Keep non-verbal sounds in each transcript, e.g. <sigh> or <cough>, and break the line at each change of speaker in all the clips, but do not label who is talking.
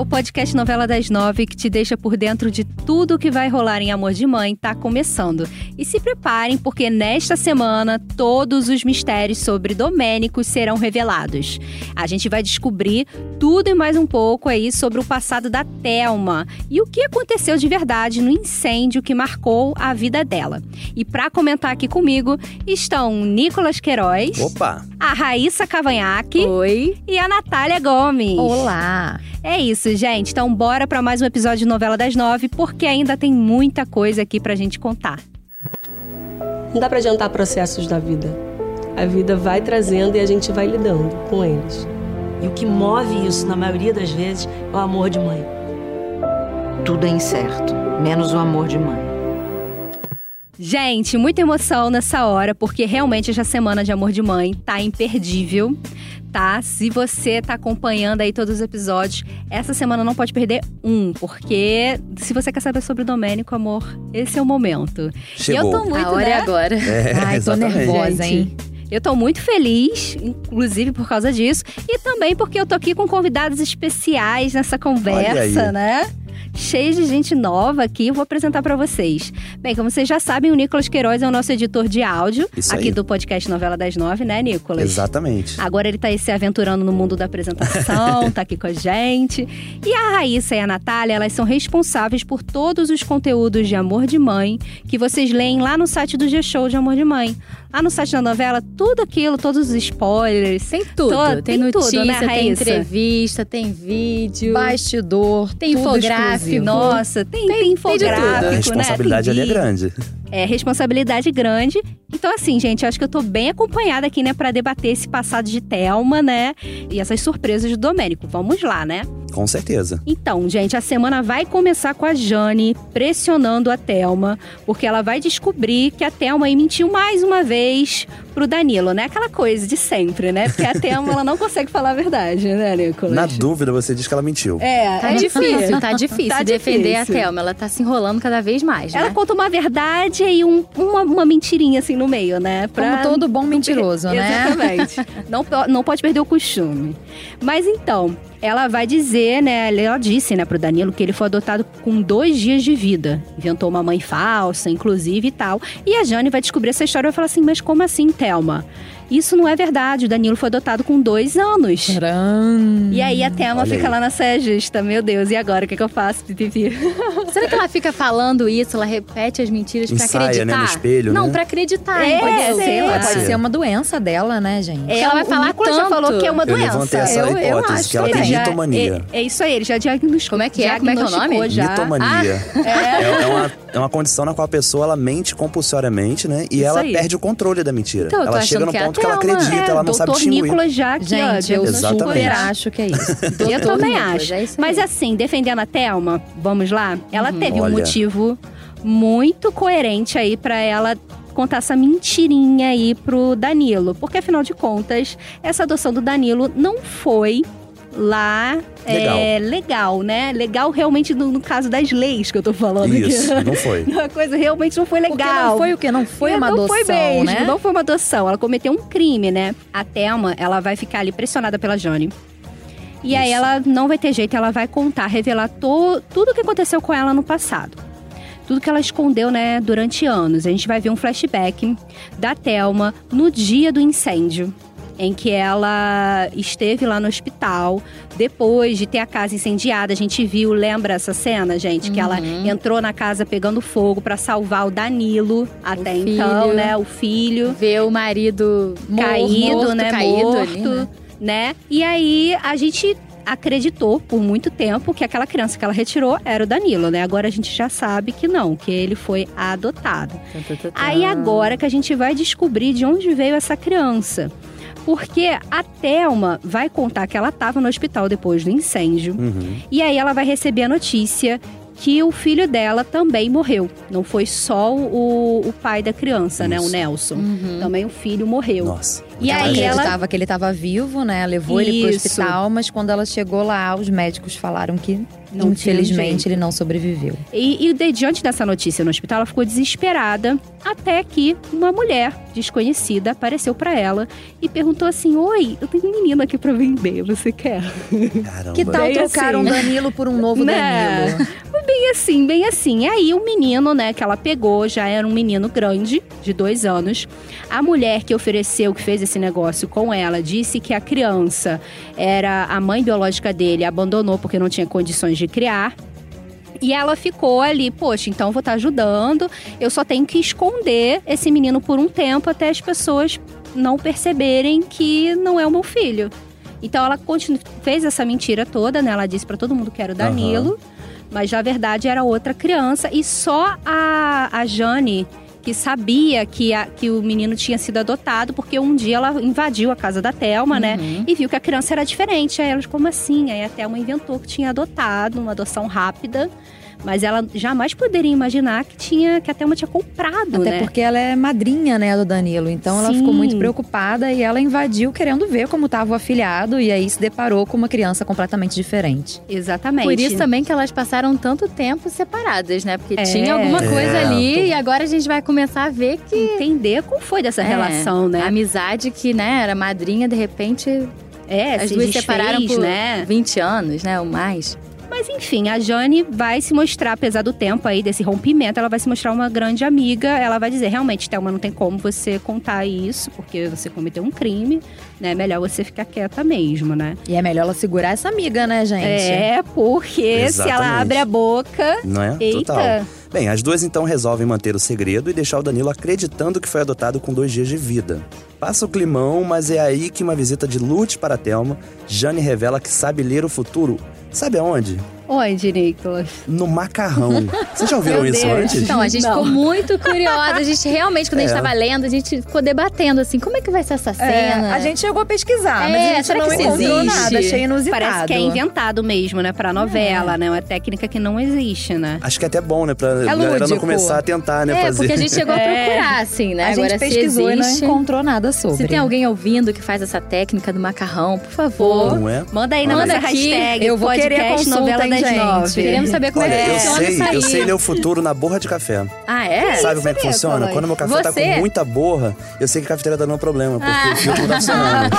o podcast Novela das Nove, que te deixa por dentro de tudo que vai rolar em Amor de Mãe, tá começando. E se preparem, porque nesta semana todos os mistérios sobre Domênico serão revelados. A gente vai descobrir tudo e mais um pouco aí sobre o passado da Thelma e o que aconteceu de verdade no incêndio que marcou a vida dela. E para comentar aqui comigo estão Nicolas Queiroz,
Opa!
a Raíssa Cavanhaque
Oi.
e a Natália Gomes.
Olá.
É isso, gente. Então bora para mais um episódio de Novela das Nove, porque ainda tem muita coisa aqui pra gente contar.
Não dá para adiantar processos da vida. A vida vai trazendo e a gente vai lidando com eles.
E o que move isso, na maioria das vezes, é o amor de mãe.
Tudo é incerto, menos o amor de mãe.
Gente, muita emoção nessa hora, porque realmente essa semana de Amor de Mãe tá imperdível, tá? Se você tá acompanhando aí todos os episódios, essa semana não pode perder um, porque se você quer saber sobre o Domênico, amor, esse é o momento.
Chegou.
E eu tô muito,
a hora
né?
é <laughs> agora.
<laughs> É,
Ai, tô
exatamente.
nervosa,
Gente,
hein?
Eu tô muito feliz, inclusive por causa disso, e também porque eu tô aqui com convidados especiais nessa
Olha
conversa,
aí.
né? Cheio de gente nova aqui, eu vou apresentar pra vocês. Bem, como vocês já sabem, o Nicolas Queiroz é o nosso editor de áudio
Isso
aqui
aí.
do podcast Novela das Nove, né, Nicolas?
Exatamente.
Ah,
Agora ele tá aí se aventurando no mundo da apresentação, tá aqui com a gente. E a Raíssa e a Natália, elas são responsáveis por todos os conteúdos de Amor de Mãe que vocês leem lá no site do G-Show de Amor de Mãe. Lá no site da novela, tudo aquilo, todos os spoilers.
Tem tudo.
Tô-
tem,
tem tudo,
notícia,
né,
tem
Raíssa?
entrevista, tem vídeo,
Bastidor.
tem
tudo exclusivo.
infográfico.
Nossa, tem, tem,
Tem- tem de tudo.
infográfico,
É, a
né?
responsabilidade
Tem
ali é
vídeo.
grande.
É, responsabilidade grande. Então, assim, gente, eu acho que eu tô bem acompanhada aqui, né, pra debater esse passado de Thelma, né? E essas surpresas do Domênico. Vamos lá, né?
Com certeza.
Então, gente, a semana vai começar com a Jane pressionando a Thelma, porque ela vai descobrir que a Thelma aí mentiu mais uma vez pro Danilo, né? Aquela coisa de sempre, né? Porque a Thelma, ela não consegue falar a verdade, né, Nicolas?
Na dúvida, você diz que ela mentiu.
É,
Tá
é <laughs>
difícil, tá difícil
Tá
defender
difícil.
a Thelma. Ela tá se enrolando cada vez mais,
Ela
né?
conta uma verdade e um- uma, uma mentirinha, assim, no meio, né?
Como todo bom mentiroso, né?
Exatamente.
<laughs>
não, po- não pode perder o costume. Mas então, ela vai dizer, né? Ela disse, né, pro Danilo que ele foi adotado com dois dias de vida. Inventou uma mãe falsa, inclusive e tal. E a Jane vai descobrir essa história e vai falar assim: mas como assim, Thelma? Isso não é verdade. O Danilo foi adotado com dois anos. E aí a Thelma
Olha
fica
aí.
lá na saia justa. Meu Deus, e agora? O que, que eu faço? Pipipi.
Será que ela fica falando isso? Ela repete as mentiras pra
Ensaia,
acreditar?
né, no espelho,
não,
né?
pra acreditar.
É,
entendeu?
sei lá.
Pode
Pode
ser.
ser uma doença dela, né, gente?
É, ela vai
o
falar
Nicolas já
tanto.
falou que é uma
Eu
doença.
levantei essa
eu, eu
hipótese,
acho
que ela
também.
tem
Já-
mitomania.
É, é isso aí, ele já diagnosticou.
Como é que é? Como é que é Ah, o
diagnosticou
nome?
Já.
Mitomania.
É.
É, é uma, é uma condição na qual a pessoa ela mente compulsoriamente, né? E
Isso
ela
aí.
perde o controle da mentira.
Então, eu tô
ela chega
achando
no
que é a
ponto que ela
Thelma.
acredita,
É,
ela não sabe
doutor
distinguir.
Nicolas já aqui, ó,
Gente, eu
Deus
Exatamente.
nos
super
cobrar.
acho que é isso.
Eu também acho.
É isso aí.
Mas assim, defendendo a Thelma, vamos lá? Ela
Uhum.
teve um
Olha.
motivo muito coerente aí pra ela contar essa mentirinha aí pro Danilo. Porque afinal de contas, essa adoção do Danilo não foi lá
Legal.
é, legal né? Legal realmente no, no caso das leis que eu tô falando
Isso,
aqui.
não foi.
<laughs>
Uma coisa realmente não foi
Porque
<laughs> legal.
não foi o quê? Não foi
É,
uma
não
adoção,
foi mesmo,
né?
Não foi uma adoção, ela cometeu um crime, né? A Thelma, ela vai ficar ali pressionada pela Jane. E aí
Isso.
ela não vai ter jeito, ela vai contar, revelar to, tudo o que aconteceu com ela no passado. Tudo que ela escondeu, né, durante anos. A gente vai ver um flashback da Thelma no dia do incêndio. Em que ela esteve lá no hospital, depois de ter a casa incendiada. A gente viu, lembra essa cena, gente? Que ela
Uhum.
entrou na casa pegando fogo pra salvar o Danilo, até
filho.
então, né? O filho
Ver o marido mor-
caído,
morto,
né?
caído
morto,
ali, né?
né? E aí a gente acreditou por muito tempo que aquela criança que ela retirou era o Danilo, né? Agora a gente já sabe que não, que ele foi adotado. Aí agora que a gente vai descobrir de onde veio essa criança. Porque a Thelma vai contar que ela estava no hospital depois do incêndio.
Uhum.
E aí ela vai receber a notícia que o filho dela também morreu. Não foi só o, o pai da criança, né? O
Isso.
Nelson.
Uhum.
Também o filho morreu.
Nossa.
E
Ela
Ela
aí ela.
acreditava
ela
que ele estava vivo, né? Levou ele pro
Isso.
hospital, mas quando ela chegou lá, os médicos falaram que,
Não tinha
infelizmente,
jeito.
ele não sobreviveu.
E, e de- diante dessa notícia no hospital, ela ficou desesperada até que uma mulher desconhecida apareceu pra ela e perguntou assim: Oi, eu tenho um menino aqui pra vender, você quer?
Caramba.
Que tal
Bem
trocar
assim.
um Danilo por um novo
<laughs> Né?
Danilo?
Bem assim, bem assim. Aí o menino, né, que ela pegou, já era um menino grande, de dois anos. A mulher que ofereceu, que fez esse negócio com ela, disse que a criança era a mãe biológica dele, abandonou porque não tinha condições de criar. E ela ficou ali, poxa, então vou estar ajudando. Eu só tenho que esconder esse menino por um tempo até as pessoas não perceberem que não é o meu filho. Então ela continu- fez essa mentira toda, né? Ela disse pra todo mundo que era o
Aham.
Danilo, mas na verdade era outra criança e só a, a Jane que sabia que, a- que o menino tinha sido adotado, porque um dia ela invadiu a casa da Thelma, né?
Uhum.
E viu que a criança era diferente. Aí elas, como assim? Aí a Thelma inventou que tinha adotado, uma adoção rápida. Mas ela jamais poderia imaginar que tinha que a Thelma tinha comprado,
Até
né?
porque ela é madrinha, né, do Danilo. Então ela
Sim.
ficou muito preocupada e ela invadiu querendo ver como tava o afilhado. E aí se deparou com uma criança completamente diferente.
Exatamente.
Por isso também que elas passaram tanto tempo separadas, né? Porque
É.
tinha alguma coisa
É.
ali e agora a gente vai começar a ver que
entender como foi dessa
É.
relação,
a
né?
amizade que, né, era madrinha, de repente,
É,
as
se
duas
desfez,
separaram por-
né?
20 anos, né, ou mais.
Mas enfim, a Jane vai se mostrar, apesar do tempo aí, desse rompimento, ela vai se mostrar uma grande amiga. Ela vai dizer, realmente, Thelma, não tem como você contar isso, porque você cometeu um crime, né? Melhor você ficar quieta mesmo, né?
E é melhor ela segurar essa amiga, né, gente?
É, porque se ela
Exatamente.
abre a boca.
Não é? Total.
Eita!
Bem, as duas então resolvem manter o segredo e deixar o Danilo acreditando que foi adotado com dois dias de vida. Passa o climão, mas é aí que uma visita de Lute para Thelma, Jane revela que sabe ler o futuro. Sabe aonde?
Onde, Nicolas?
No
<laughs>
macarrão. Vocês já ouviram
Meu
isso
Deus.
antes?
Então, a gente
Não.
ficou muito curiosa. A gente realmente, quando a gente
É.
tava lendo, a gente ficou debatendo, assim, como é que vai ser essa cena?
É, a gente chegou a pesquisar, mas
É,
a gente
será
não
que isso
encontrou
existe?
nada, achei inusitado.
Parece que é inventado mesmo, né? Pra novela, né? Uma técnica que não existe, né?
Acho que é até bom, né? Pra galera não
lúdico.
começar a tentar, né?
É,
fazer.
porque a gente chegou a procurar, assim, né?
A
agora,
gente pesquisou
se
e
existe...
não encontrou nada sobre.
Se tem alguém ouvindo que faz essa técnica do macarrão, por favor.
Não é?
Manda aí na
Manda
nossa
aqui,
hashtag
eu vou
podcast
querer a consulta,
novela
hein,
das
gente?
nove.
Queremos saber como é
Olha,
que
eu
funciona
sei,
isso aí.
eu sei ler o futuro na borra de café.
Ah, é?
Sabe como é que
Nicolas?
funciona? Quando meu café tá
Você? é-
com muita borra, eu sei que a cafeteira tá dando problema, porque
Ah.
o filtro não tá
<laughs>
funcionando.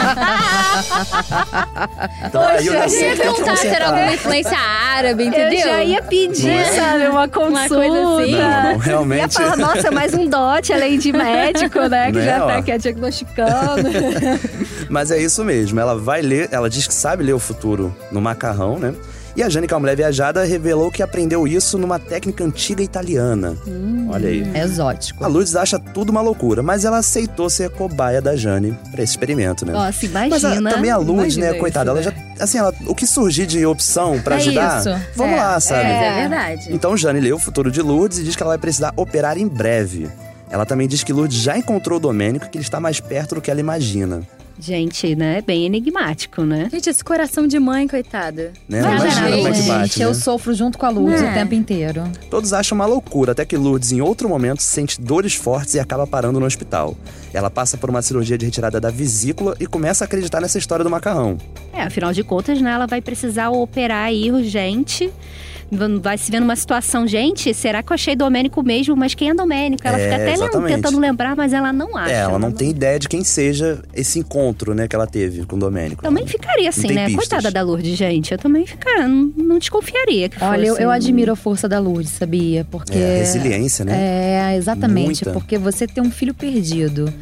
então, aí eu já
Eu
sei
ia
que eu
perguntar se era alguma influência árabe, entendeu? é?
Eu já ia pedir,
Não. <laughs>
sabe, uma consulta.
assim.
Não, não,
Ia
realmente.
falar, nossa, mais um dote além de médico, né? Que
Né,
já tá
ó.
aqui diagnosticando.
Mas é isso mesmo. Ela vai ler, ela diz que sabe ler o futuro no macarrão, né? E a Jane, que é uma mulher viajada, revelou que aprendeu isso numa técnica antiga italiana.
Hum.
Olha aí.
É Exótico.
A Lourdes acha tudo uma loucura, mas ela aceitou ser cobaia da Jane pra esse experimento, né?
Nossa,
Mas
imagina.
a- também a Lourdes,
Imagina
né,
isso,
coitada, ela já. Assim, ela, o que surgir de opção pra
É
ajudar,
isso.
vamos
É,
lá, sabe?
Mas é verdade.
Então Jane lê o futuro de Lourdes e diz que ela vai precisar operar em breve. Ela também diz que Lourdes já encontrou o Domênico e que ele está mais perto do que ela imagina.
Gente, né? É bem enigmático, né?
Gente, esse coração de mãe, coitada.
Né?
Cada
Imagina
vez,
como é que bate,
eu
né?
sofro junto com a Luz
Né?
o tempo inteiro.
Todos acham uma loucura, até que Lourdes, em outro momento, sente dores fortes e acaba parando no hospital. Ela passa por uma cirurgia de retirada da vesícula e começa a acreditar nessa história do macarrão.
É, afinal de contas, né, ela vai precisar operar aí urgente. Vai se vendo uma situação, gente, será que eu achei Domênico mesmo? Mas quem é Domênico? Ela
É,
fica até lem-
exatamente.
tentando lembrar, mas ela não acha. né?
é, ela não tem ideia de quem seja esse encontro, né, que ela teve com o Domênico.
Também ficaria assim,
tem
né?
pistas.
Coitada da Lourdes, gente. Eu também ficaria, não, não desconfiaria que
Olha, eu,
fosse
eu
um-
admiro a força da Luz, sabia? Porque.
É, resiliência, né?
É, exatamente.
Muita.
Porque você ter um filho perdido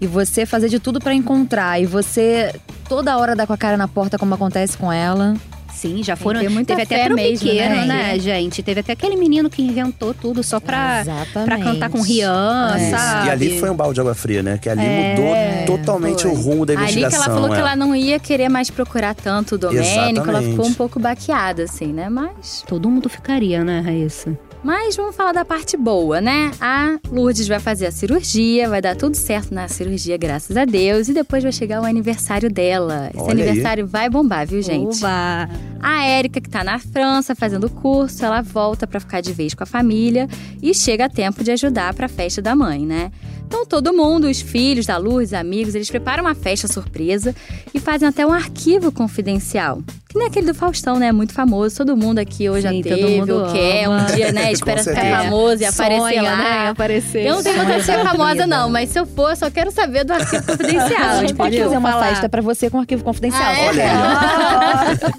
e você fazer de tudo pra encontrar e você toda hora dar com a cara na porta, como acontece com ela.
Sim, já foram.
ter muita
Teve até
fé mesmo,
trompequeiro, né?
né?
gente? Teve até aquele menino que inventou tudo só pra,
Exatamente.
pra cantar com Rian,
É.
Isso.
sabe?
E ali foi um balde de água fria, né? Que ali
É,
mudou totalmente
foi.
o rumo da
Ali que
investigação.
ela falou
é.
que ela não ia querer mais procurar tanto o Domênico, ela
Exatamente.
ficou um pouco baqueada, assim, né? Mas.
Todo mundo ficaria, né, Raíssa?
Mas vamos falar da parte boa, né? A Lourdes vai fazer a cirurgia, vai dar tudo certo na cirurgia, graças a Deus, e depois vai chegar o aniversário dela. Esse
Olha aí.
aniversário vai bombar, viu, gente?
Oba!
A Érica, que tá na França fazendo curso, ela volta pra ficar de vez com a família e chega a tempo de ajudar pra festa da mãe, né? Então todo mundo, os filhos da Lourdes, amigos, eles preparam uma festa surpresa e fazem até um arquivo confidencial. Que nem aquele do Faustão, né? Muito famoso. Todo mundo aqui hoje
Sim,
já
todo
teve,
mundo
ou quer,
ama.
um dia, né?
<laughs> Com
Espera ser
certeza.
famoso e aparecer
Sonha,
lá.
né? Aparecer.
Eu não tenho vontade de ser
Sonho da
famosa,
vida.
não, mas se eu for, eu só quero saber do
<laughs>
arquivo
A
confidencial.
gente Ah, pode
entendeu?
fazer uma
Falar.
festa pra você com arquivo confidencial.
Ah, é?
Olha aí, ó.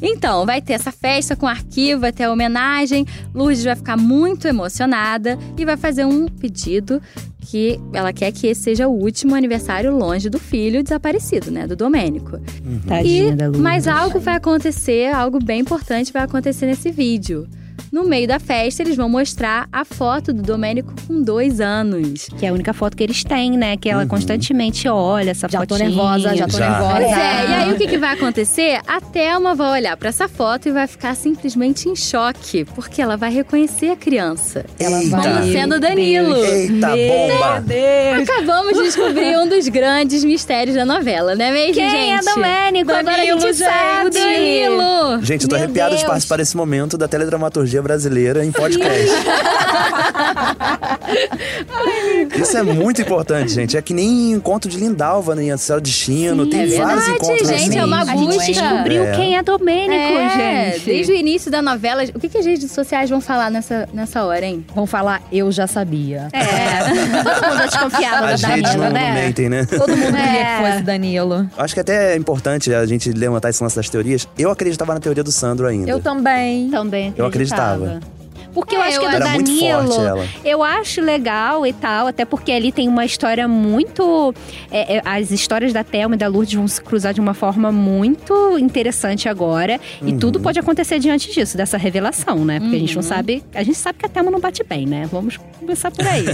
Então, vai ter essa festa com arquivo, vai ter a homenagem. Lourdes vai ficar muito emocionada e vai fazer um pedido que ela quer que esse seja o último aniversário longe do filho desaparecido, né? Do Domênico. E-
Tadinha da Lu.
Mas algo vai acontecer, algo bem importante vai acontecer nesse vídeo. No meio da festa, eles vão mostrar a foto do Domênico com dois anos.
Que é a única foto que eles têm, né? Que ela
Uhum.
constantemente olha essa
Já tô
fotinha.
nervosa, já tô
Já.
nervosa.
Pois é, e aí o que, que vai acontecer? A Thelma vai olhar pra essa foto e vai ficar simplesmente em choque, porque ela vai reconhecer a criança.
Ela
é. Eita.
vai-
Tá.
Como sendo Danilo.
Eita bomba!
Deus!
Acabamos de descobrir um dos grandes mistérios da novela, não é mesmo,
Quem
gente?
é Domênico? Agora a
Danilo,
gente
gente.
sabe.
O Danilo!
Gente, eu tô
Meu
arrepiado de
Deus.
participar desse momento da teledramaturgia brasileira em
<laughs>
podcast. Isso é muito importante, gente. É que nem encontro de Lindalva né? em Anselmo de Chino. Tem
é
vários
verdade,
encontros
gente,
assim.
é uma
A gente
busca.
descobriu
É.
quem é Domênico,
É,
gente.
desde o início da novela, o que, que as redes sociais vão falar nessa, nessa hora, hein?
Vão falar, eu já sabia.
É. Todo mundo desconfiava
As
da
redes
Danilo,
não, não
né?
mentem, né?
Todo mundo queria que
É.
fosse Danilo.
Acho que até é importante a gente levantar esse lance das teorias. Eu acreditava na teoria do Sandro ainda.
Eu também.
Também
Eu acreditava.
Porque eu
É,
acho
eu
que é do
Era muito forte
Danilo.
ela.
Eu acho legal e tal, até porque ali tem uma história muito. é, é, as histórias da Thelma e da Lourdes vão se cruzar de uma forma muito interessante agora. E
Uhum.
tudo pode acontecer diante disso, dessa revelação, né? Porque a
Uhum.
gente não sabe. A gente sabe que a Thelma não bate bem, né? Vamos começar por
<laughs>
aí.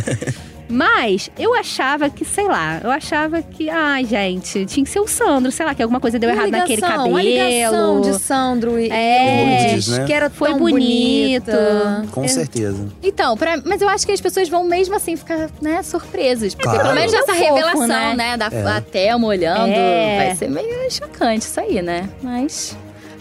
Mas eu achava que, sei lá, eu achava que, ai, gente, tinha que ser o Sandro, sei lá, que alguma coisa deu errado naquele cabelo.
A ligação de Sandro e
É,
E Lourdes, né?
que era
Foi
tão
bonito.
bonita.
Com certeza.
Então, pra- mas eu acho que as pessoas vão mesmo assim ficar, né, surpresas. Porque
Claro.
pelo menos essa
Fofo,
revelação,
né?
né? da
É.
a Thelma olhando,
É.
vai ser meio chocante isso aí, né? Mas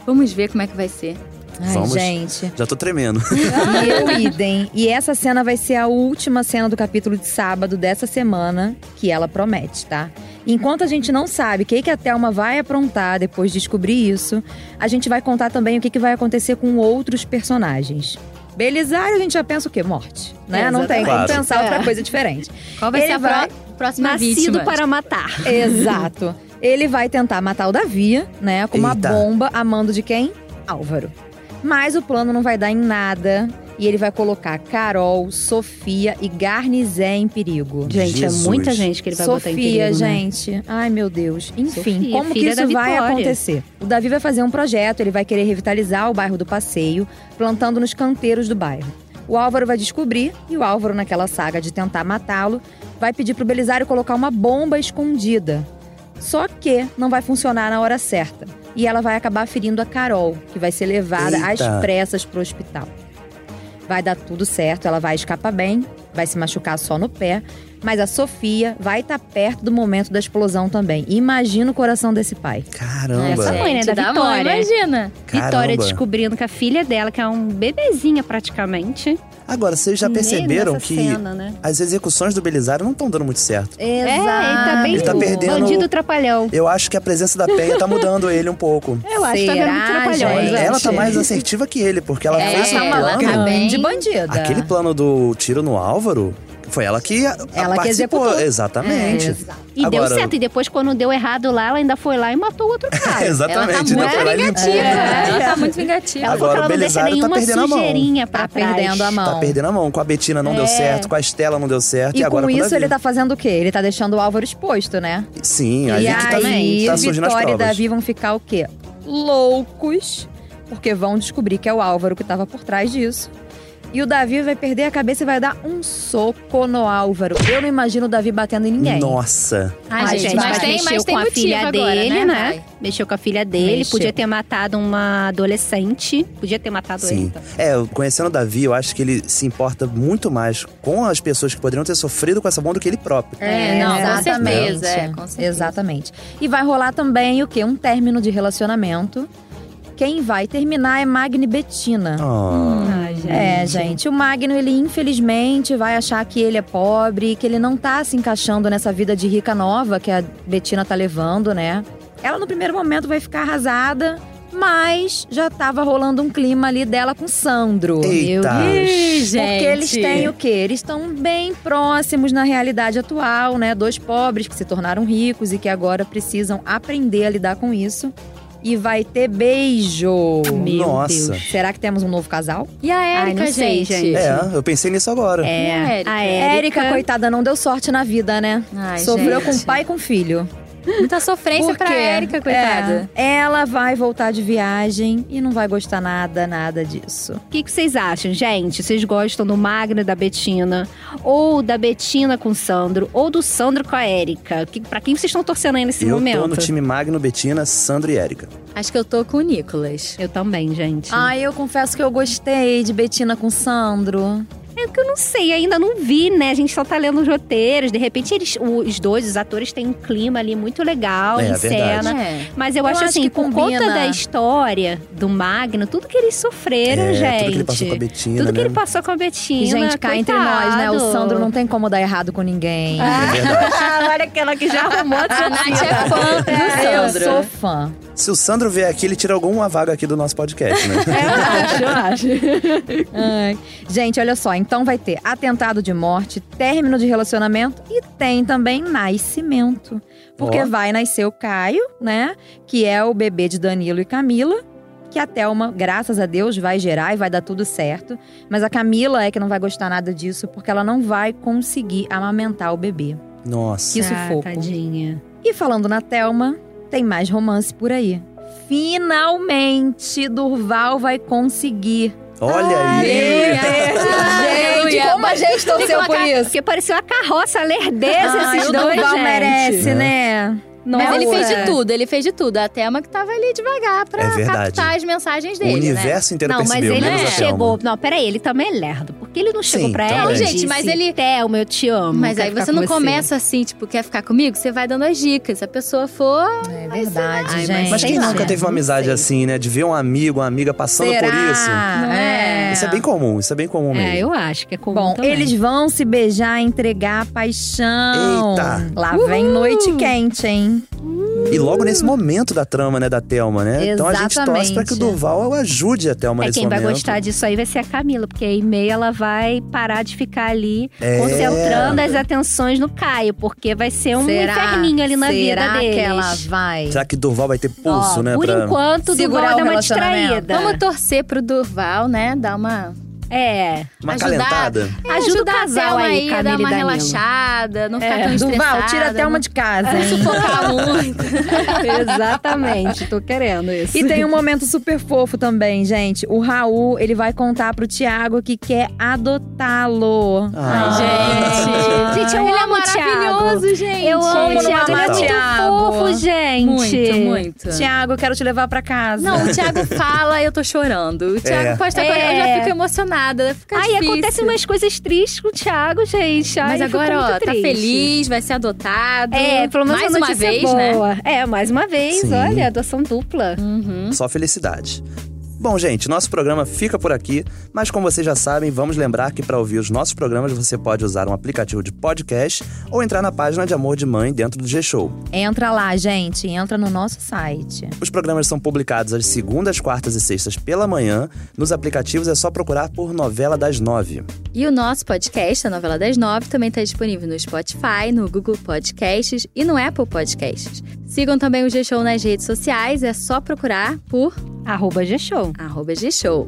vamos ver como é que vai ser.
Ai,
Vamos.
gente.
Já tô tremendo. <laughs>
E eu idem. E essa cena vai ser a última cena do capítulo de sábado dessa semana que ela promete, tá? Enquanto a gente não sabe o que, que a Thelma vai aprontar depois de descobrir isso, a gente vai contar também o que, que vai acontecer com outros personagens. Belisário, a gente já pensa o quê? Morte. Né?
É,
não tem como
exatamente.
pensar outra coisa diferente.
Qual vai
Ele
ser a
vai-
pró- próxima
Nascido
vítima?
para matar.
Exato. Ele vai tentar matar o Davi, né? Com uma
Eita.
bomba, a mando de quem? Álvaro. Mas o plano não vai dar em nada. E ele vai colocar Carol, Sofia e Garnizé em perigo.
Gente,
Jesus.
é muita gente que ele vai botar
Sofia,
em perigo, né?
gente. Ai, meu Deus. Enfim,
Sofia,
como que
filha
isso
da
vai
Vitória.
acontecer? O Davi vai fazer um projeto, ele vai querer revitalizar o bairro do Passeio, plantando nos canteiros do bairro. O Álvaro vai descobrir, e o Álvaro, naquela saga de tentar matá-lo, vai pedir pro Belisário colocar uma bomba escondida. Só que não vai funcionar na hora certa. E ela vai acabar ferindo a Carol, que vai ser levada
Eita.
às pressas pro hospital. Vai dar tudo certo, ela vai escapar bem, vai se machucar só no pé, mas a Sofia vai estar perto do momento da explosão também. Imagina o coração desse pai.
Caramba.
é
Essa mãe, né,
Gente,
da
mãe,
Vitória.
imagina.
Vitória
Caramba.
descobrindo que a filha dela, que é um bebezinha praticamente.
Agora, vocês já
no meio
perceberam
dessa
que
Cena, né?
as execuções do Belisário não estão dando muito certo.
É, ele tá bem
Ele tá perdendo-
bandido trapalhão.
Eu acho que a presença da Penha tá mudando ele um pouco.
Eu acho que tá
Será,
vendo muito trapalhão.
gente?
Ela,
né?
ela tá mais assertiva que ele, porque ela
É,
fez um
ela tá
plano.
bem-
de bandida. Tá
Aquele plano do tiro no Álvaro, foi ela que a-
Ela que
participou.
executou.
Exatamente.
E
Agora-
deu certo. E depois, quando deu errado lá, ela ainda foi lá e matou o
<laughs>
outro cara.
Exatamente.
ela
né?
tá
Foi lá
muito
e
vingativa.
limpou.
Ela tá muito vingativa.
Ela falou
Agora,
que ela não deixa
Belisário tá
nenhuma
perdendo a mão.
sujeirinha pra
Tá
trás.
perdendo a mão.
Tá perdendo a mão. Com a Betina não deu certo, com a Estela não deu certo. E,
E,
agora
com
com o
isso,
Davi.
ele tá fazendo o quê? Ele tá deixando o Álvaro exposto, né?
Sim, aí
e
que tá,
aí,
tá surgindo as
Vitória e
provas.
Davi vão ficar o quê? Loucos, porque vão descobrir que é o Álvaro que tava por trás disso. E o Davi vai perder a cabeça e vai dar um soco no Álvaro. Eu não imagino o Davi batendo em ninguém.
Nossa.
Ai,
Ai,
gente,
gente,
mas
mas
tem, mas
mexeu
tem
com a
motivo
filha
agora,
dele,
né?
né?
vai?
Mexeu com a filha dele,
Mexeu.
podia ter matado uma adolescente. Podia ter matado
Sim.
ele.
É, conhecendo o Davi, eu acho que ele se importa muito mais com as pessoas que poderiam ter sofrido com essa bomba do que ele próprio.
É, não, com
exatamente.
certeza, é, com certeza.
Exatamente. E vai rolar também o quê? Um término de relacionamento. Quem vai terminar é Magni Bettina.
Ah,
Ai, gente.
É, gente, o Magno, ele infelizmente vai achar que ele é pobre, que ele não tá se encaixando nessa vida de rica nova que a Betina tá levando, né? Ela no primeiro momento vai ficar arrasada, mas já tava rolando um clima ali dela com Sandro.
Eita!
Ih, gente.
Porque eles têm o quê? Eles estão bem próximos na realidade atual, né? Dois pobres que se tornaram ricos e que agora precisam aprender a lidar com isso. E vai ter beijo.
Meu
Nossa.
Deus.
Será que temos um novo casal?
E a
Ai,
Érica,
não sei, gente.
É, eu pensei nisso agora.
E a Érica?
A
Érica, coitada, não deu sorte na vida, né?
Ai,
é. Sofreu
gente.
com pai e com filho.
Muita sofrência
Por
pra
quê?
Érica, coitada.
É, ela vai voltar de viagem e não vai gostar nada, nada disso.
O que, que vocês acham, gente? Vocês gostam do Magno e da Betina? Ou da Betina com o Sandro? Ou do Sandro com a Érica? Que, pra quem vocês estão torcendo aí nesse
eu
momento?
tô no time Magno, Betina, Sandro e Érica.
Acho que eu tô com o Nicolas.
Eu também, gente.
Ai, eu confesso que eu gostei de Betina com Sandro.
É que eu não sei, ainda não vi, né? A gente só tá lendo os roteiros. De repente, eles, os dois, os atores, têm um clima ali muito legal
É,
em
verdade.
cena.
É.
Mas eu,
Eu
acho
acho
assim,
que
por
combina.
conta da história do Magno, tudo que eles sofreram,
é,
gente.
tudo que ele passou com a Betina,
Tudo que
né?
ele passou com a Betina.
Gente, cá entre nós, né? O
coitado.
Sandro não tem como dar errado com ninguém.
Ah,
É verdade.
Olha aquela que já arrumou a
A Nath é fã
eu
do Sandro.
sou fã.
Se o Sandro vier aqui, ele tira alguma vaga aqui do nosso
<laughs>
podcast, né?
Eu acho, eu acho.
É Ai. Gente, olha só. Então vai ter atentado de morte, término de relacionamento e tem também nascimento. Porque
Ó.
vai nascer o Caio, né? Que é o bebê de Danilo e Camila. Que a Thelma, graças a Deus, vai gerar e vai dar tudo certo. Mas a Camila é que não vai gostar nada disso, porque ela não vai conseguir amamentar o bebê.
Nossa.
Que sufoco.
Ah, Tadinha.
E falando na Thelma, tem mais romance por aí. Finalmente, Durval vai conseguir.
Olha aí!
Deus.
Gente, como a gente torceu por isso?
Porque parecia uma carroça lerdeza
Ah,
esses
o
dois,
Durval
gente.
merece, né?
Mas ele fez
Nossa.
de tudo, ele fez de tudo. A Thelma que tava ali devagar pra
É verdade.
captar as mensagens
o
dele, né?
universo inteiro
Não, mas
percebeu,
ele
menos
não
a Thelma.
chegou. Não, peraí, ele também é lerdo. Porque ele não chegou
Sim,
pra ela.
também.
e
Não,
gente, mas
disse,
ele-
Thelma, eu te amo.
Mas
quero
aí
ficar
você
com
não começa assim, tipo, quer ficar comigo? Você vai dando as dicas. Se a pessoa for.
É verdade,
Ai, mas
gente.
Mas
Sei
quem
lá.
nunca teve uma amizade assim, né? De ver um amigo, uma amiga passando
Será?
por isso.
É.
Isso é bem comum, isso é bem comum mesmo.
É, eu acho que é comum
Bom,
também.
eles vão se beijar, entregar a paixão.
Eita.
Lá vem noite quente, hein?
E logo nesse momento da trama, né, da Thelma, né? Então a gente torce
Exatamente.
pra que o Duval ajude a Thelma
É,
nesse
quem
momento.
vai gostar disso aí vai ser a Camila, porque aí meia ela vai parar de ficar ali
É.
concentrando as atenções no Caio, porque vai ser um inferninho ali na
Será
vida deles.
que ela vai?
Será que Durval vai ter pulso,
Ó,
né?
Por
pra...
enquanto, o
segurar
Duval
o
dá uma
relacionamento?
distraída.
Vamos torcer pro Durval, né? Dar uma.
É.
Uma
ajudar.
calentada.
É,
Ajuda o
ajudar a
casal
Thelma
aí,
a
Camila
dar
e
uma
Danilo. É.
relaxada, não ficar tão
Durval,
estressada. né?
tira a Thelma
não-
de casa. hein?
Sufocar <laughs> muito.
Exatamente, tô querendo isso.
E tem um momento super fofo também, gente. O Raul, ele vai contar pro Thiago que quer adotá-lo.
Ah.
Gente.
Gente, eu
Ele é
amo o
maravilhoso,
Thiago.
gente.
Eu amo
Como
o
não
Thiago, ele é
amar
muito
Thiago?
fofo, gente.
Muito, muito.
Thiago, quero te levar pra casa.
Não, o Thiago fala e eu tô chorando. O Thiago
É.
pode estar.
É.
Eu já fico emocionada. Fica
Ai,
difícil.
acontecem umas coisas tristes com o Thiago, gente. Ai,
Mas
eu fico
agora,
muito
ó, tá
triste.
feliz, vai ser adotado.
É, pelo menos
Mais
a
uma
notícia
vez,
é
né?
boa. É, mais uma vez.
Sim.
Olha, adoção dupla.
Uhum.
Só felicidade. Bom, gente, nosso programa fica por aqui, mas como vocês já sabem, vamos lembrar que para ouvir os nossos programas você pode usar um aplicativo de podcast ou entrar na página de Amor de Mãe dentro do G-Show.
Entra lá, gente. Entra no nosso site.
Os programas são publicados às segundas, quartas e sextas pela manhã. Nos aplicativos é só procurar por Novela das Nove.
E o nosso podcast, a Novela das Nove, também está disponível no Spotify, no Google Podcasts e no Apple Podcasts. Sigam também o G-Show nas redes sociais, é só procurar por
Arroba G-Show.
arroba G-Show.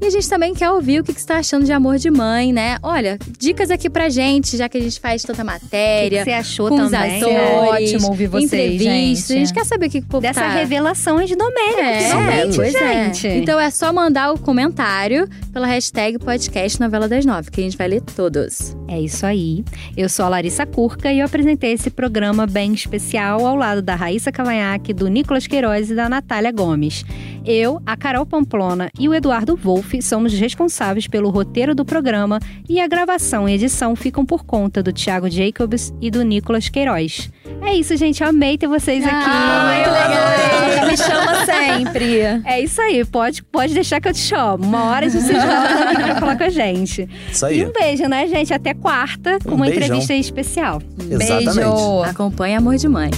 E a gente também quer ouvir o que que você está achando de amor de mãe, né? Olha, dicas aqui pra gente, já que a gente faz tanta
O que
matéria.
você achou
com os
também?
É
atores,
né?
ótimo ouvir vocês,
entrevistas. A gente
gente.
quer saber o que que o povo
Dessa
tá-
revelação de Domênico,
É,
finalmente,
pois
gente.
é. Então é só mandar o comentário pela hashtag podcast novela das nove, que a gente vai ler todos.
É isso aí. Eu sou a Larissa Kurka e eu apresentei esse programa bem especial ao lado da Raíssa Cavanhaque, do Nicolas Queiroz e da Natália Gomes. Eu, a Carol Pamplona e o Eduardo Wolff somos responsáveis pelo roteiro do programa e a gravação e edição ficam por conta do Thiago Jacobs e do Nicolas Queiroz. É isso, gente. Eu amei ter vocês aqui.
Ah, eu
Legal. Me chama sempre.
É isso aí, pode, pode deixar que eu te chamo. Uma hora a gente se volta aqui pra falar com a gente.
Isso
E
aí.
um beijo, né, gente? Até quarta, com
Um
uma
beijão.
entrevista especial.
Exatamente.
Beijo.
Acompanha Amor de Mãe.